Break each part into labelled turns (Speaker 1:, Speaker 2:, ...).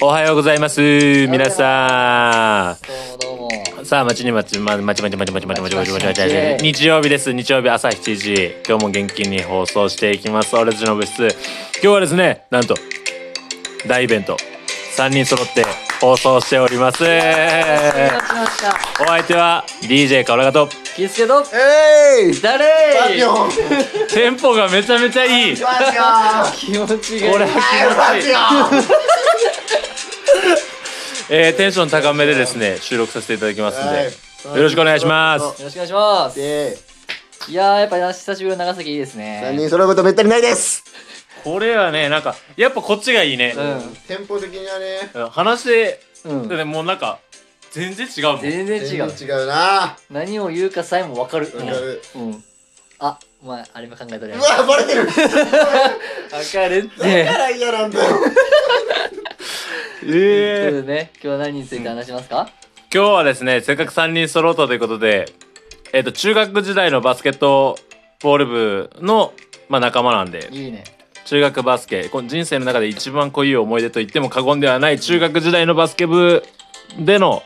Speaker 1: おはようございます。皆さ
Speaker 2: どうもどうも。
Speaker 1: ん。さあ、待ちに待ち、ま、待ち待ち待ち待ち待ち待ち待ち待ち待ち
Speaker 2: 待ち
Speaker 1: 日曜日です。日曜日朝7時。今日も元気に放送していきます。俺たちの部室。今日はですね、なんと、大イベント。3人揃って放送しております。お
Speaker 2: ちました。
Speaker 1: 相手は DJ カオラガと、
Speaker 2: キスケど
Speaker 3: えい
Speaker 2: 誰
Speaker 3: パピョン
Speaker 1: テンポがめちゃめちゃいい。こ
Speaker 3: パピョ
Speaker 2: 気持ちがいい。
Speaker 1: れは
Speaker 3: ンパピョン
Speaker 1: えー、テンション高めでですね、収録させていただきますん
Speaker 3: はい
Speaker 1: で、よろしくお願いします。
Speaker 2: よろしくお願いします。
Speaker 3: で、
Speaker 2: いやーやっぱ久しぶりの長崎いいです
Speaker 3: 三
Speaker 2: ね。
Speaker 3: 人揃うことめったにないです
Speaker 1: これはね、なんか、やっぱこっちがいいね。
Speaker 3: テンポ的にはね
Speaker 1: うん話で、
Speaker 2: うん。うん。
Speaker 1: でもうなんか、全然違うもん。
Speaker 2: 全然違
Speaker 3: 全
Speaker 2: う。
Speaker 3: 然違うな
Speaker 2: 何を言うかさえもわかる。
Speaker 3: わかる
Speaker 2: うん。うん。あ、お前あれも考えとるや。
Speaker 3: うんわバレてる
Speaker 2: かるって
Speaker 3: だか。ら嫌なんだよ
Speaker 2: というこ
Speaker 1: ええ
Speaker 2: とでね、今日は何について話しますか？
Speaker 1: 今日はですね、せっかく3人揃ったということで、えっ、と、中学時代のバスケットボール部の、まあ、仲間なんで、
Speaker 2: いいね。
Speaker 1: 中学バスケ、この人生の中で一番濃い思い出と言っても過言ではない中学時代のバスケ部での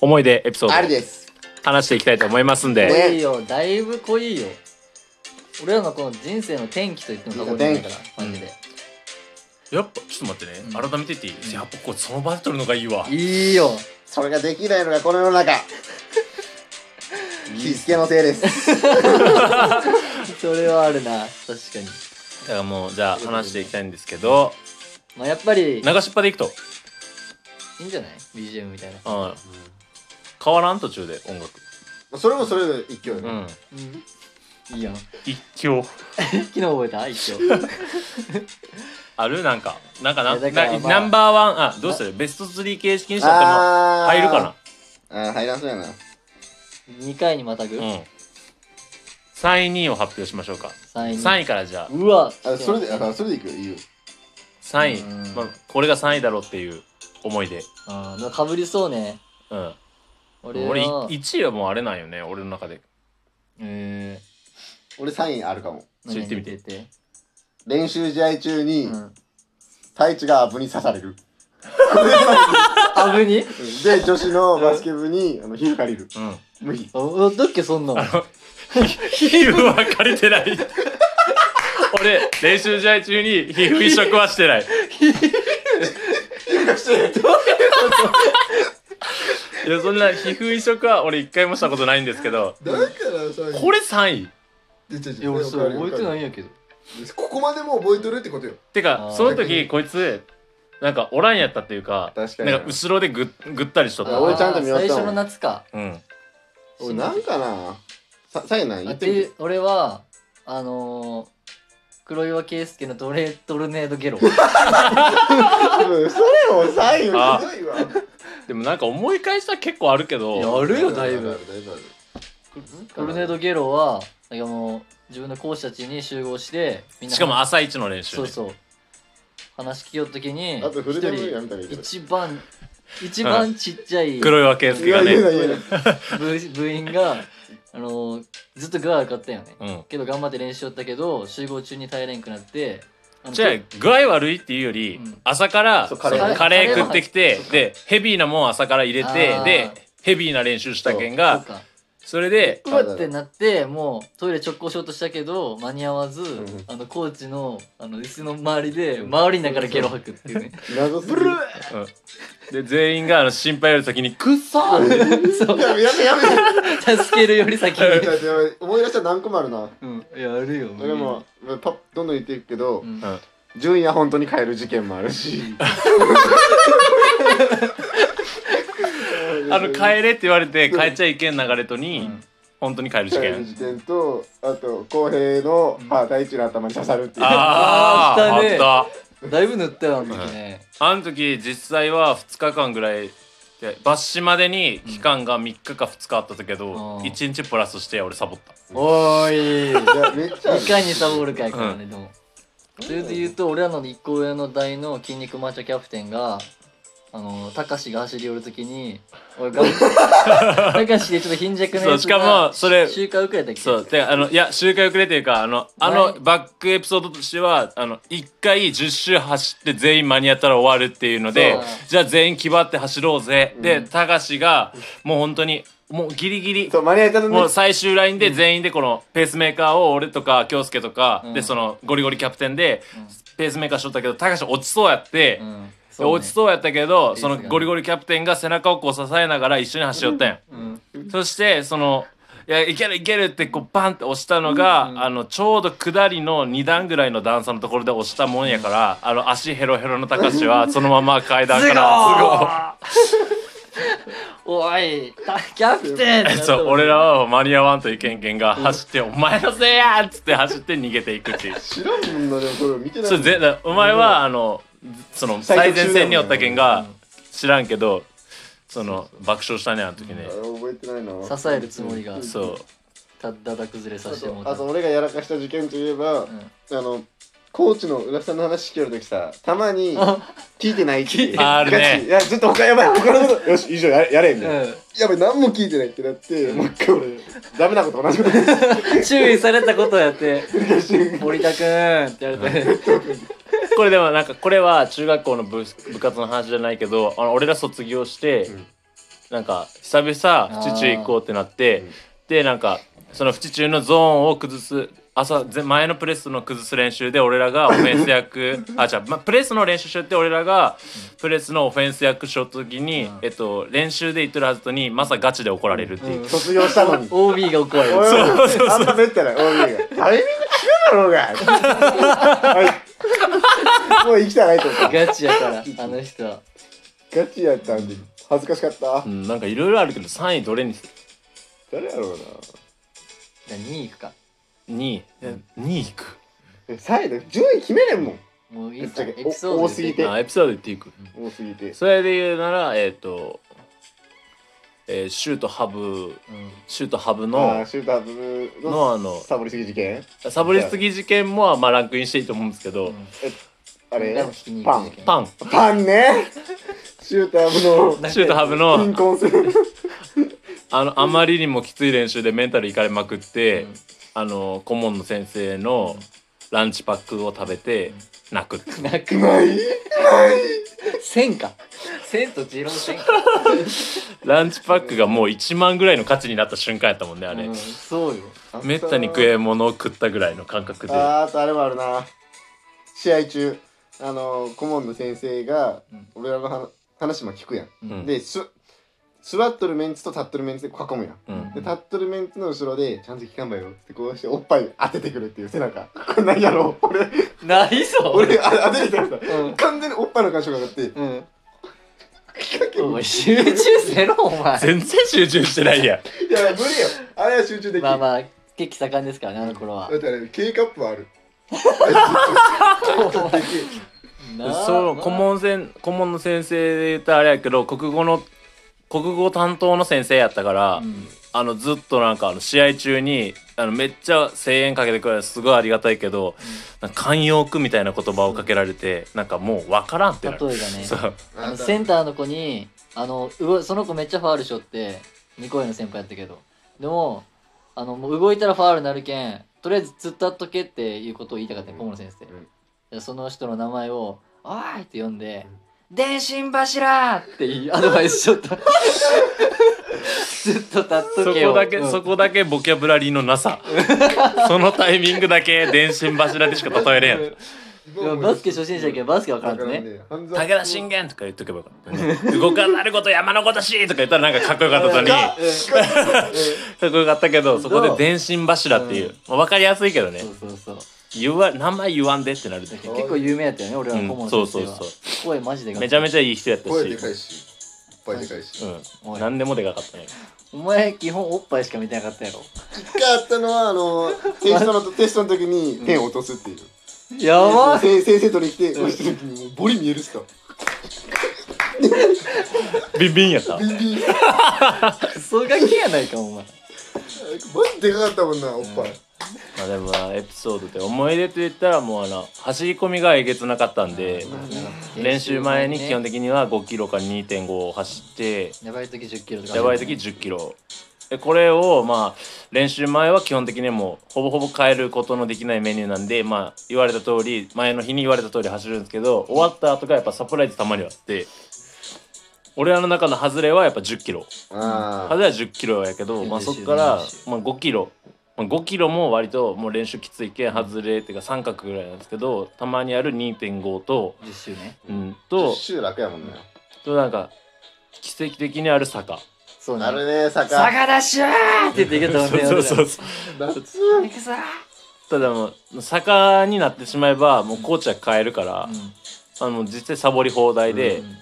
Speaker 1: 思い出エピソ
Speaker 3: あ
Speaker 1: ー
Speaker 3: り
Speaker 1: ドを
Speaker 3: です
Speaker 1: 話していきたいと思いますんで、
Speaker 3: ね
Speaker 2: 濃いよ。だいぶ濃いよ。俺らのこの人生の転機と言っても過言じゃないから、マジで。
Speaker 1: やっぱちょっと待ってね、
Speaker 2: うん
Speaker 1: 改めて言っていい、やっぱこれその場で撮るのがいいわ
Speaker 2: いいよ。
Speaker 3: それができないのがこの世の中キスケのせいです
Speaker 2: それはあるな。確かに。
Speaker 1: だからもうじゃあ話していきたいんですけど
Speaker 2: まあやっぱり
Speaker 1: 流しっぱでいくと、
Speaker 2: いいんじゃない ?BGM みたいな。
Speaker 1: うん、変わらん途中で音楽
Speaker 3: それもそれで一挙
Speaker 1: う
Speaker 3: よ
Speaker 1: ん
Speaker 2: うん。いいやん。
Speaker 1: 一興
Speaker 2: 昨日覚えた一応。
Speaker 1: あるなんかなんかない
Speaker 2: やだから
Speaker 1: な
Speaker 2: まあ
Speaker 1: ナンバーワンあどうするベスト3形式にしちゃっても
Speaker 3: あー
Speaker 1: 入るか
Speaker 3: あー入らんそうやな
Speaker 2: 2回にまたぐ、
Speaker 1: なうん3位2位を発表しましょうか
Speaker 2: 三位に
Speaker 1: 3位からじゃあ
Speaker 2: うわ
Speaker 3: あそれであそれでいくよいいよ
Speaker 1: 3位
Speaker 2: うん
Speaker 1: まあ、これが3位だろうっていう思い出
Speaker 2: あーかぶりそうね。
Speaker 1: うん
Speaker 2: 俺
Speaker 1: 俺
Speaker 2: は
Speaker 1: 1位はもうあれなんよね俺の中で
Speaker 2: え
Speaker 3: 俺サインあるかも
Speaker 2: ー、
Speaker 1: ちょっと言って
Speaker 2: みて。
Speaker 3: 練習試合中に
Speaker 2: うん。
Speaker 3: 太一がアブに刺される
Speaker 2: あぶに
Speaker 3: で女子のバスケ部にあの皮膚借りる
Speaker 1: うん
Speaker 3: 無理
Speaker 2: おだっけそんなの。
Speaker 1: 皮膚は借りてない俺練習試合中に皮膚移植はしてないいやそんな皮膚移植は俺一回もしたことないんですけど
Speaker 3: だからさ
Speaker 1: これ3位っ
Speaker 2: いや俺それ覚えてないんやけど。
Speaker 3: ここまでもう覚えとるってことよ
Speaker 1: てか
Speaker 2: あー
Speaker 1: その時こいつなんかおらんやったっていうか
Speaker 3: 確かに
Speaker 1: なんか後ろでぐぐったりしとっ
Speaker 3: あ俺
Speaker 1: た
Speaker 3: ちゃんと見よったもん
Speaker 2: 最初の夏か。
Speaker 1: うん
Speaker 3: 俺なんかなささえなん言
Speaker 2: あ
Speaker 3: ってみ
Speaker 2: で
Speaker 3: て
Speaker 2: 俺はあのー、黒岩圭介のトレトルネー ドゲロ
Speaker 3: うんそれもサインひどい
Speaker 1: あ
Speaker 3: わ
Speaker 1: でもなんか思い返したら結構あるけど
Speaker 2: やるよだいぶ
Speaker 3: あるだいぶある
Speaker 2: トルネードゲロはなんかもう自分の講師たちに集合してみんな
Speaker 1: しかも朝一の練習
Speaker 2: そう
Speaker 1: ね
Speaker 2: そう話聞きよった時に
Speaker 3: あとフルで無理やみたいな
Speaker 2: 一人一番一番ちっちゃい
Speaker 1: 黒岩圭介
Speaker 3: いや
Speaker 1: が
Speaker 3: いや
Speaker 1: ね
Speaker 3: いや
Speaker 2: 部部員があのーずっと具合悪かったよね
Speaker 1: うん
Speaker 2: けど頑張って練習しよったけど集合中に耐えれんくなってあの
Speaker 1: じゃあ具合悪いっていうより、
Speaker 2: うん
Speaker 1: 朝から
Speaker 3: そ
Speaker 1: そうう
Speaker 3: カ
Speaker 1: カ
Speaker 3: レ
Speaker 1: レ
Speaker 3: ーね
Speaker 1: ー食ってきてでヘビーなもん朝から入れ
Speaker 2: あ
Speaker 1: て
Speaker 2: ー
Speaker 1: でヘビーな練習したけん
Speaker 2: そう
Speaker 1: が
Speaker 2: か
Speaker 1: それで
Speaker 2: うわってなってもうトイレ直行しようとしたけど間に合わず、
Speaker 3: ん
Speaker 2: あのコーチのあの椅子の周りで回りながらゲロ吐くっていうね
Speaker 3: 謎すぎるや
Speaker 1: で全員があの心配より先に「くっそ!」
Speaker 2: そう
Speaker 3: めやめやめ
Speaker 2: 助けるより 先に、
Speaker 3: だって俺思い出したら何個もあるな
Speaker 2: うん、やるよ
Speaker 3: 俺もパッどんどん言っていくけど
Speaker 2: うん
Speaker 1: うん
Speaker 3: 順位は本当に変える事件もあるし
Speaker 1: あの帰れって言われて帰っちゃいけん流れとに、
Speaker 2: うん
Speaker 1: 本当に帰る事
Speaker 3: 帰る事
Speaker 1: 件
Speaker 3: 件とあと浩平の歯第一の頭に刺さるっていう
Speaker 1: あー
Speaker 2: あ
Speaker 1: あ
Speaker 2: ーし
Speaker 1: ったた
Speaker 2: だいぶ塗ったよあの時ね、
Speaker 1: あの時実際は2日間ぐらいで抜歯までに期間が3日か2日あったけど、
Speaker 2: うん
Speaker 1: 1日プラスして俺サボった
Speaker 2: おーい
Speaker 3: いやめっちゃある
Speaker 2: いかにサボるかやからね、でもそれで言うと俺らの一個上の代の筋肉マッチョキャプテンがあのたかしが走り寄るときに俺が たかしでちょっと貧弱な
Speaker 1: そう
Speaker 2: やつ
Speaker 1: しかもそれ
Speaker 2: 週間遅れたっけ
Speaker 1: そうであのいや周回遅れというかあのあ
Speaker 2: は
Speaker 1: の
Speaker 2: い
Speaker 1: バックエピソードとしてはあの1回10周走って全員間に合ったら終わるっていうので
Speaker 2: そう
Speaker 1: じゃあ全員気張って走ろうぜ、で
Speaker 3: うん
Speaker 1: たかしがもう本当にもうギリギリ
Speaker 3: そう間に合いたの
Speaker 1: も
Speaker 3: ね
Speaker 1: う最終ラインで全員でこのペースメーカーを俺とか京介とか、
Speaker 2: うん
Speaker 1: でそのゴリゴリキャプテンで
Speaker 2: うん
Speaker 1: ペースメーカーしとったけど高橋落ちそうやって、
Speaker 2: うん
Speaker 1: で
Speaker 2: そうね
Speaker 1: 落ちそうやったけど
Speaker 2: ペース
Speaker 1: そ
Speaker 2: がね
Speaker 1: のゴリゴリキャプテンが背中をこう支えながら一緒に走り寄ったんや、
Speaker 2: うん
Speaker 1: そしてその「いやいけるいける」ってこうバンって押したのが、あのちょうど下りの2段ぐらいの段差のところで押したもんやから、あの足ヘロヘロの高橋はそのまま階段から
Speaker 2: おいたキャプテンってなった
Speaker 1: そう俺らは間に合わんというケンケンが走って「お前のせいや!」っつって走って逃げていくっていう。
Speaker 3: 知らんもんなでもこれ見てない
Speaker 1: そうぜだお前はあのその最
Speaker 3: 最
Speaker 1: 前
Speaker 3: 前
Speaker 1: 線
Speaker 3: 線
Speaker 1: に
Speaker 3: に
Speaker 1: お
Speaker 3: お
Speaker 1: っ
Speaker 3: ったた
Speaker 1: け
Speaker 3: け
Speaker 1: ん
Speaker 3: ん
Speaker 1: が知らんけどその爆笑したねあの時ね
Speaker 3: あれ覚えてないな
Speaker 2: 支えるつもりが
Speaker 1: そう
Speaker 2: ただだ崩れ
Speaker 3: あ
Speaker 2: させても
Speaker 3: と
Speaker 2: ら
Speaker 3: あ
Speaker 2: った
Speaker 3: と俺がやらかした事件といえば、
Speaker 2: ん
Speaker 3: あのコーチの浦さんの話聞けるときさたまに聞いてないっていう
Speaker 1: ああるね
Speaker 3: ガチいやちょっと他やばい他のことよし以上やれやれみたいな、
Speaker 2: う
Speaker 3: やばい何も聞いてないってなってもう一回俺ダメなこと同じこと言って
Speaker 2: ん、注意されたことをやって「森田くん」って言われて
Speaker 1: これでもなんかこれは中学校の部部活の話じゃないけどあの俺ら卒業して、
Speaker 3: ん
Speaker 1: なんか久々府中行こうってなって、でなんかその府中のゾーンを崩す朝ぜ前のプレスの崩す練習で俺らがオフェンス 役あじゃまプレスの練習しよって俺らがプレスのオフェンス役しよった時に、えっと、練習で言ってるはずとにまさガチで怒られるっていう、
Speaker 3: 卒業したのに
Speaker 2: OB が怒られる
Speaker 3: おいおいあんまめったら OB がタイミング違うだろうがはいもう生きたないと思った
Speaker 2: ガチやからあの人は
Speaker 3: ガチやったんで恥ずかしかった
Speaker 1: うん、なんかいろいろあるけど3位どれに
Speaker 3: 誰やろうな
Speaker 2: じゃあ2位いくか
Speaker 1: 2位2位いく
Speaker 3: え最後順位決めれんもん
Speaker 2: もういい
Speaker 3: ぶ
Speaker 2: っ
Speaker 3: っ
Speaker 2: す
Speaker 3: ち
Speaker 2: か
Speaker 3: ゃけ
Speaker 2: エピソード
Speaker 3: お多すぎて
Speaker 1: あエピソード言っていく
Speaker 3: 多すぎて
Speaker 1: それで言うならえっ、と、えーシュートハブ
Speaker 2: うん
Speaker 1: シュートハブ
Speaker 3: あ
Speaker 1: の
Speaker 3: ーシューターズ
Speaker 1: の
Speaker 3: の
Speaker 1: あの
Speaker 3: サボりすぎ事件
Speaker 1: サボりすぎ事件もまあランクインしていいと思うんですけど、
Speaker 3: あ
Speaker 2: うん
Speaker 3: れ
Speaker 2: でも引きに
Speaker 3: パ
Speaker 2: 行く
Speaker 3: ン
Speaker 2: 事件
Speaker 1: パン
Speaker 3: パンねシューター
Speaker 1: シュートハブ
Speaker 3: の貧
Speaker 1: の
Speaker 3: 困する
Speaker 1: あのあまりにもきつい練習でメンタルいかれまくって、
Speaker 2: うん
Speaker 1: あの顧問の先生のランチパックを食べて泣くっていう
Speaker 2: 泣く
Speaker 3: ない
Speaker 2: 千か千と二郎千か
Speaker 1: ランチパックがもう1万ぐらいの価値になった瞬間やったもんねあれ、
Speaker 2: うんそうよ
Speaker 1: めったに食えんものを食ったぐらいの感覚で
Speaker 3: あーあとあれもあるな試合中あの顧問の先生が
Speaker 2: うん
Speaker 3: 俺らの話話も聞くやん、
Speaker 1: うん
Speaker 3: です座っとるメンツと立っとるメンツで囲むやん
Speaker 1: うん
Speaker 3: で立っとるメンツの後ろで「ちゃんと聞かんばよ」ってこうしておっぱい当ててくるっていう背中これ何やろう俺
Speaker 2: ないぞ
Speaker 3: 俺あ当ててきたんだ
Speaker 2: うん
Speaker 3: 完全におっぱいの感触があって
Speaker 2: うん
Speaker 3: きかけ
Speaker 2: お
Speaker 3: も
Speaker 2: 前
Speaker 3: い
Speaker 2: 集中せろお前
Speaker 1: 全然集中してないやん
Speaker 3: や無理よあれは集中できる
Speaker 2: まあまあ血気盛んですからねあの頃 は
Speaker 3: だってあれ K カップはある
Speaker 2: お前なあ
Speaker 1: そう
Speaker 2: まあ
Speaker 1: 顧問せん顧問の先生で言ったらあれやけど国語の国語担当の先生やったから、
Speaker 2: うん
Speaker 1: あのずっとなんかあの試合中にあのめっちゃ声援かけてくれるすごいありがたいけど、なんか慣用句みたいな言葉をかけられてなんかもう分からんって
Speaker 2: 例え
Speaker 1: な
Speaker 2: が
Speaker 1: る
Speaker 2: ね
Speaker 1: そう
Speaker 2: あのセンターの子にあのうごその子めっちゃファールしょって2個上の先輩やったけどでもあのもう動いたらファールになるけんとりあえず突っ立っとけっていうことを言いたかったよ顧問の先生でその人の名前を「おーい!」って呼んで「電信柱!」っていいアドバイスしちょった ずっと立っ
Speaker 1: そ
Speaker 2: とけよ
Speaker 1: こだけ、
Speaker 2: うん
Speaker 1: そこだけボキャブラリーのな さそのタイミングだけ電信柱でしか例えれんやん
Speaker 2: でもバスケ初心者やけどバスケわからんとね
Speaker 1: 「武田信玄」とか言っとけばよかったね「動かなること山のことし」とか言ったらなんかかっこよかったのに
Speaker 2: がうん
Speaker 1: かっこよかったけどそこで電信柱っていう、
Speaker 2: うん
Speaker 1: まあ、分かりやすいけどね
Speaker 2: そうそうそう
Speaker 1: 言わ名前言わんでってなるで
Speaker 2: 結構有名やったよね俺らの顧問
Speaker 1: そ
Speaker 2: の
Speaker 1: うそ
Speaker 2: 先
Speaker 1: う
Speaker 2: 生は、
Speaker 1: そう
Speaker 2: 声マジでか
Speaker 1: めちゃめ
Speaker 2: ち
Speaker 1: ちゃいい人やったし、
Speaker 3: 声でかいしおっぱいでかいし
Speaker 1: う
Speaker 2: お
Speaker 1: ん、
Speaker 2: い
Speaker 1: 何でもでかかったね。
Speaker 2: お前基本おっぱいしか見てなかったやろ
Speaker 3: 一回あったのはあのテストのテストの時にペンを落とすっていう
Speaker 2: やば
Speaker 3: 先先生取りに来て落ちた時にもうボリ見えるっすか
Speaker 1: ビンビンやった
Speaker 3: ビ。ンビン
Speaker 2: クソガキやないかお前
Speaker 3: マジでかかったもんなおっぱい
Speaker 1: まあでもなエピソードで思い出と言ったらもうあの走り込みがえげつなかったんで
Speaker 2: まあなんか
Speaker 1: 練習前に基本
Speaker 2: ね
Speaker 1: 的には5キロか2.5を走って
Speaker 2: やばい時10キロとか
Speaker 1: やばい時1 0キロでこれをまあ練習前は基本的にもうほぼほぼ変えることのできないメニューなんでまあ言われた通り前の日に言われた通り走るんですけど終わった後がやっぱサプライズたまにはあって俺らの中の外れはやっぱ1 0キロ
Speaker 3: あ
Speaker 1: ハ
Speaker 3: あ
Speaker 1: ゼは1 0キロやけど、まあ、
Speaker 2: 練習
Speaker 1: そこから、
Speaker 2: 練習
Speaker 1: まあ、5キロ、まあ、5キロも割ともう練習きついけん外れっていうか三角ぐらいなんですけどたまにある2.5と,、
Speaker 2: 10周ね
Speaker 1: うん、
Speaker 3: 10
Speaker 1: と
Speaker 3: 周楽やもんね
Speaker 1: となんか奇跡的にある 坂
Speaker 2: そうね
Speaker 3: なるね坂
Speaker 2: 逆ダッシューって言っていけた
Speaker 1: そ
Speaker 2: わ
Speaker 1: う
Speaker 2: けよ
Speaker 1: そうそうそう
Speaker 3: 夏
Speaker 2: 行くぞー
Speaker 1: ただもう坂になってしまえばもうコーチは変えるから、あの実際サボり放題で、
Speaker 2: うん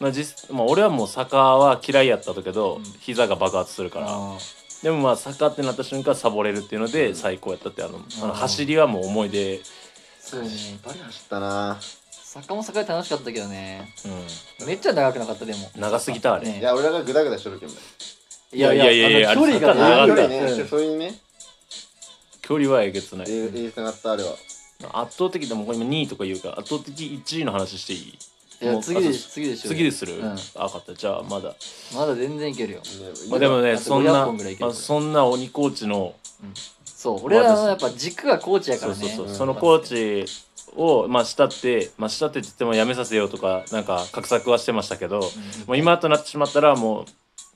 Speaker 1: まあ実まあ、俺はもう坂は嫌いやったけど、
Speaker 2: うん
Speaker 1: 膝が爆発するから。
Speaker 2: あ
Speaker 1: でもまあ坂ってなった瞬間サボれるっていうので最高やったってあの,、あの走りはもう思い出、うん、
Speaker 2: ーそうね
Speaker 3: バリ走ったな
Speaker 2: 坂も坂で楽しかったけどねめっちゃ長くなかったでも
Speaker 1: 長すぎたあれ
Speaker 3: い
Speaker 2: ね
Speaker 3: や俺らがグダグダしとるけどね
Speaker 2: いやいや
Speaker 1: いやいやいや
Speaker 2: あの距離が
Speaker 1: あれ長かっ
Speaker 2: ね
Speaker 1: た
Speaker 3: 距離ねそれにね
Speaker 1: 距離はえげつない、
Speaker 3: ええ下がったあれは
Speaker 1: 圧倒的でもこれ今2位とか言うから圧倒的1位の話していい
Speaker 2: いや
Speaker 1: もう
Speaker 2: 次で
Speaker 1: あ
Speaker 2: す次でしょ
Speaker 1: 次でする、
Speaker 2: うん
Speaker 1: あ分かったじゃあまだ、
Speaker 2: まだ全然いけるよ
Speaker 1: まあ、でも
Speaker 2: あ
Speaker 1: ね
Speaker 2: と
Speaker 1: そん
Speaker 2: 500
Speaker 1: な
Speaker 2: 本ぐらいいける
Speaker 1: まあ、そんな鬼コーチの
Speaker 2: そう俺らのやっぱ軸がコーチやか
Speaker 1: そう
Speaker 2: ら
Speaker 1: そう
Speaker 2: ね
Speaker 1: そう、
Speaker 3: うん
Speaker 1: そのコーチをまあ慕ってまあ慕ってって言ってもやめさせようとかなんか画策はしてましたけど、もう今となってしまったらも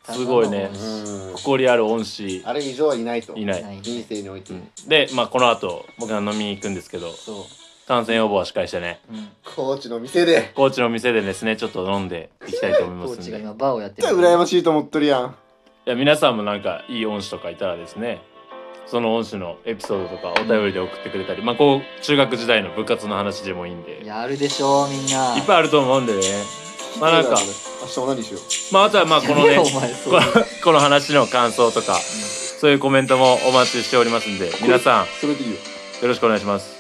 Speaker 1: うすごいね
Speaker 2: う
Speaker 3: うん
Speaker 1: 誇りある恩師
Speaker 3: あれ以上はいないと
Speaker 1: いない
Speaker 2: ない
Speaker 3: 人生において
Speaker 1: で、まあ、この後僕が飲みに行くんですけど
Speaker 2: そ
Speaker 1: 感染予防はしっかりしてね
Speaker 2: ううん
Speaker 3: コーチの店で
Speaker 1: コーチの店でですねちょっと飲んでいきたいと思いま
Speaker 2: コ
Speaker 1: す
Speaker 2: ー
Speaker 1: ん
Speaker 2: チが
Speaker 1: でい
Speaker 2: 今バーをやってる
Speaker 3: 羨ましいと思っとるやん
Speaker 1: や皆さんもなんかいい恩師とかいたらですねその恩師のエピソードとかお便りで送ってくれたり、まあこう中学時代の部活の話でもいいんでいっ
Speaker 2: やるでしょみんな
Speaker 1: ぱいあると思うんでねまあなんか
Speaker 3: 明日も何しよ
Speaker 1: まああとはまあこのね
Speaker 2: や めろお前そ
Speaker 1: こ
Speaker 2: う
Speaker 1: この話の感想とかそういうコメントもお待ちしておりますんで皆さん
Speaker 3: うそれでいいよ
Speaker 1: よろしくお願いします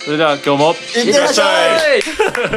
Speaker 1: それでは今日もい
Speaker 3: ってらっしゃい
Speaker 1: い